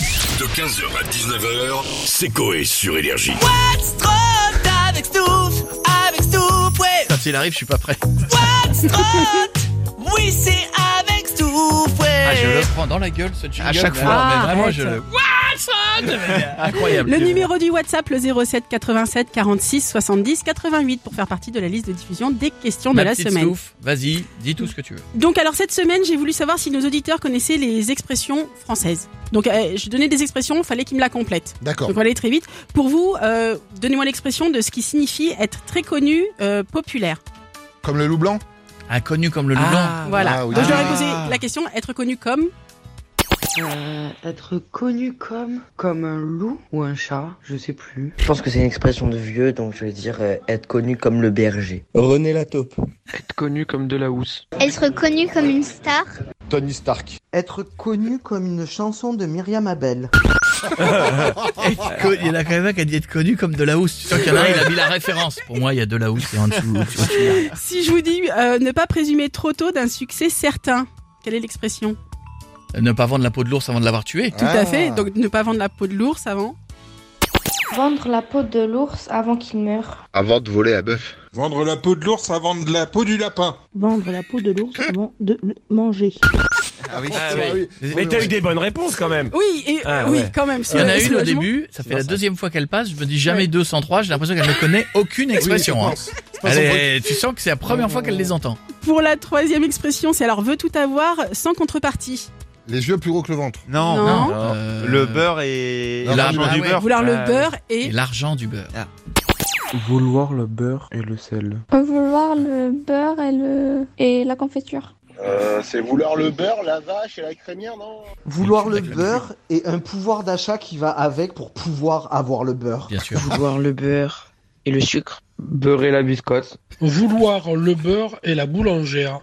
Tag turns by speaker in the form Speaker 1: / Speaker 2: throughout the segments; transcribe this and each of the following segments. Speaker 1: De 15h à 19h, c'est Coé sur Énergie.
Speaker 2: What's trop avec Stouff, avec Stouff, ouais.
Speaker 3: Putain, s'il arrive, je suis pas prêt.
Speaker 2: What's trop Oui, c'est avec Stouff, ouais.
Speaker 4: Ah, je le prends dans la gueule ce jingle.
Speaker 3: À chaque
Speaker 4: mais
Speaker 3: fois.
Speaker 4: alors, mais
Speaker 5: Ah,
Speaker 4: vraiment,
Speaker 5: Eh. arrête.
Speaker 4: je le. Incroyable.
Speaker 5: Le numéro du WhatsApp, le 07 87 46 70 88 pour faire partie de la liste de diffusion des questions de
Speaker 4: Ma
Speaker 5: la
Speaker 4: petite
Speaker 5: semaine.
Speaker 4: Stouff, Vas-y, dis tout ce que tu veux.
Speaker 5: Donc alors cette semaine, j'ai voulu savoir si nos auditeurs connaissaient les expressions françaises. Donc euh, je donnais des expressions, fallait qu'ils me la complètent.
Speaker 3: D'accord.
Speaker 5: Donc on va aller très vite. Pour vous, euh, donnez-moi l'expression de ce qui signifie être très connu, euh, populaire.
Speaker 3: Comme le loup blanc
Speaker 4: Inconnu comme le loup
Speaker 5: voilà.
Speaker 3: ah oui.
Speaker 5: Donc je leur ai
Speaker 3: Ah.
Speaker 5: posé la question, être connu comme
Speaker 6: Euh, être connu comme comme un loup ou un chat, je sais plus. Je pense que c'est une expression de vieux, donc je vais dire euh, être connu comme le berger.
Speaker 7: René Latope.
Speaker 8: Être connu comme de la housse.
Speaker 9: Être connue comme une star
Speaker 10: Tony Stark.
Speaker 7: Être connu comme une chanson de Myriam Abel.
Speaker 4: Il y en a quand même un qui a dit être connu comme de la housse. Tu sens qu'il y en a un, il a mis la référence. Pour moi, il y a de la housse et en dessous. au-dessus, au-dessus.
Speaker 5: si je vous dis euh, ne pas présumer trop tôt d'un succès certain. Quelle est l'expression
Speaker 4: Euh, Ne pas vendre la peau de l'ours avant de l'avoir tué.
Speaker 5: Tout
Speaker 3: Ah.
Speaker 5: à fait. Donc ne pas vendre la peau de l'ours avant.
Speaker 9: Vendre la peau de l'ours avant qu'il meure.
Speaker 10: Avant de voler à bœuf.
Speaker 8: Vendre la peau de l'ours avant de la peau du lapin.
Speaker 11: Vendre la peau de l'ours avant de le manger.
Speaker 3: Ah oui.
Speaker 4: Mais t'as eu
Speaker 8: des bonnes réponses quand même.
Speaker 5: Oui, et
Speaker 8: Ah,
Speaker 5: oui,
Speaker 8: ouais.
Speaker 5: quand même.
Speaker 4: Il y en a
Speaker 5: Sou-
Speaker 4: une au
Speaker 5: soulagement.
Speaker 4: début, ça fait la deuxième fois qu'elle passe, je me dis jamais 203, j'ai l'impression qu'elle ne connaît aucune expression. hein. Elle est- tu sens que c'est la première fois qu'elle les entend.
Speaker 5: Pour la troisième expression, c'est alors veut tout avoir sans contrepartie.
Speaker 3: Les yeux plus gros que le ventre.
Speaker 5: Non.
Speaker 4: Euh,
Speaker 7: Le beurre et
Speaker 3: Non,
Speaker 4: l'argent
Speaker 3: non,
Speaker 4: du
Speaker 3: ouais.
Speaker 4: beurre.
Speaker 5: Vouloir
Speaker 8: Ah,
Speaker 5: le beurre et
Speaker 4: Et l'argent du beurre.
Speaker 8: Vouloir le beurre et le sel.
Speaker 9: Vouloir le beurre et, le... et la confiture.
Speaker 10: Euh, c'est vouloir le beurre, la vache et la crémière, non
Speaker 7: Vouloir le
Speaker 4: D'accord.
Speaker 7: beurre et un pouvoir d'achat qui va avec pour pouvoir avoir le beurre.
Speaker 4: Bien sûr.
Speaker 11: Vouloir le beurre et le sucre.
Speaker 8: Beurre et la biscotte.
Speaker 11: Vouloir le beurre et la boulangère.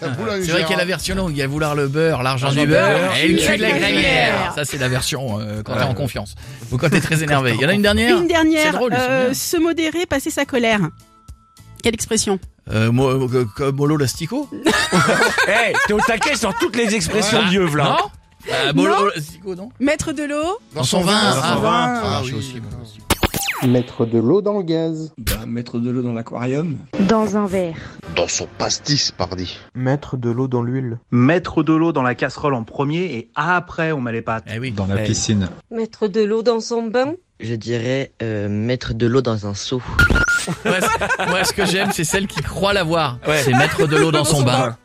Speaker 3: La boule à
Speaker 4: C'est vrai
Speaker 3: une gérard.
Speaker 4: qu'il y a la version longue, il y a vouloir le beurre, l'argent
Speaker 5: L'argent
Speaker 4: du
Speaker 5: du
Speaker 4: beurre
Speaker 5: beurre,
Speaker 4: et le cul de la
Speaker 5: la
Speaker 4: granière.
Speaker 5: granière.
Speaker 4: Ça c'est la version euh, quand t'es en confiance ou quand t'es très énervé. Il y en a une dernière.
Speaker 5: une
Speaker 4: C'est
Speaker 5: dernière.
Speaker 4: drôle, ils sont
Speaker 5: euh,
Speaker 4: bien.
Speaker 5: se modérer, passer sa colère. Quelle expression
Speaker 4: Euh, mo- euh, comme Molo l'astico.
Speaker 8: Eh, t'es au taquet sur toutes les expressions
Speaker 4: Ah,
Speaker 8: de Yves là.
Speaker 4: Non. Euh, Molo
Speaker 5: Non.
Speaker 4: l'astico non.
Speaker 5: Mettre de l'eau.
Speaker 4: Dans son vin.
Speaker 3: Dans
Speaker 4: Ah,
Speaker 3: son
Speaker 4: vin.
Speaker 3: Ah
Speaker 4: Ah,
Speaker 3: oui.
Speaker 4: je suis aussi, moi aussi.
Speaker 7: Mettre de l'eau dans le gaz.
Speaker 8: Bah, mettre de l'eau dans l'aquarium.
Speaker 6: Dans un verre.
Speaker 10: Dans son pastis, pardi.
Speaker 7: Mettre de l'eau dans l'huile.
Speaker 11: Mettre de l'eau dans la casserole en premier et après on met les pâtes.
Speaker 4: Eh oui.
Speaker 8: la piscine.
Speaker 6: Mettre de l'eau dans son bain.
Speaker 7: Je dirais euh, mettre de l'eau dans un seau.
Speaker 4: Moi, ce- moi, ce que j'aime c'est celle qui croit l'avoir. C'est mettre de l'eau dans son bain.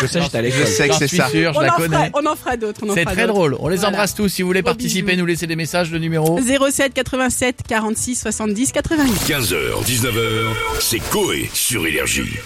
Speaker 8: Je sais, j'étais à l'école.
Speaker 3: sais
Speaker 4: J'en suis sûr, je
Speaker 5: on,
Speaker 4: la
Speaker 5: en fera,
Speaker 4: connais.
Speaker 5: on en fera d'autres. on en
Speaker 4: C'est
Speaker 5: fera
Speaker 4: très
Speaker 5: d'autres.
Speaker 4: drôle. On les
Speaker 5: Voilà.
Speaker 4: embrasse tous. Si vous voulez
Speaker 5: Gros
Speaker 4: participer,
Speaker 5: bisous.
Speaker 4: nous laisser des messages. Le numéro.
Speaker 5: 07 87 46 70 88.
Speaker 1: 15h, 19h, c'est Coé sur Énergie.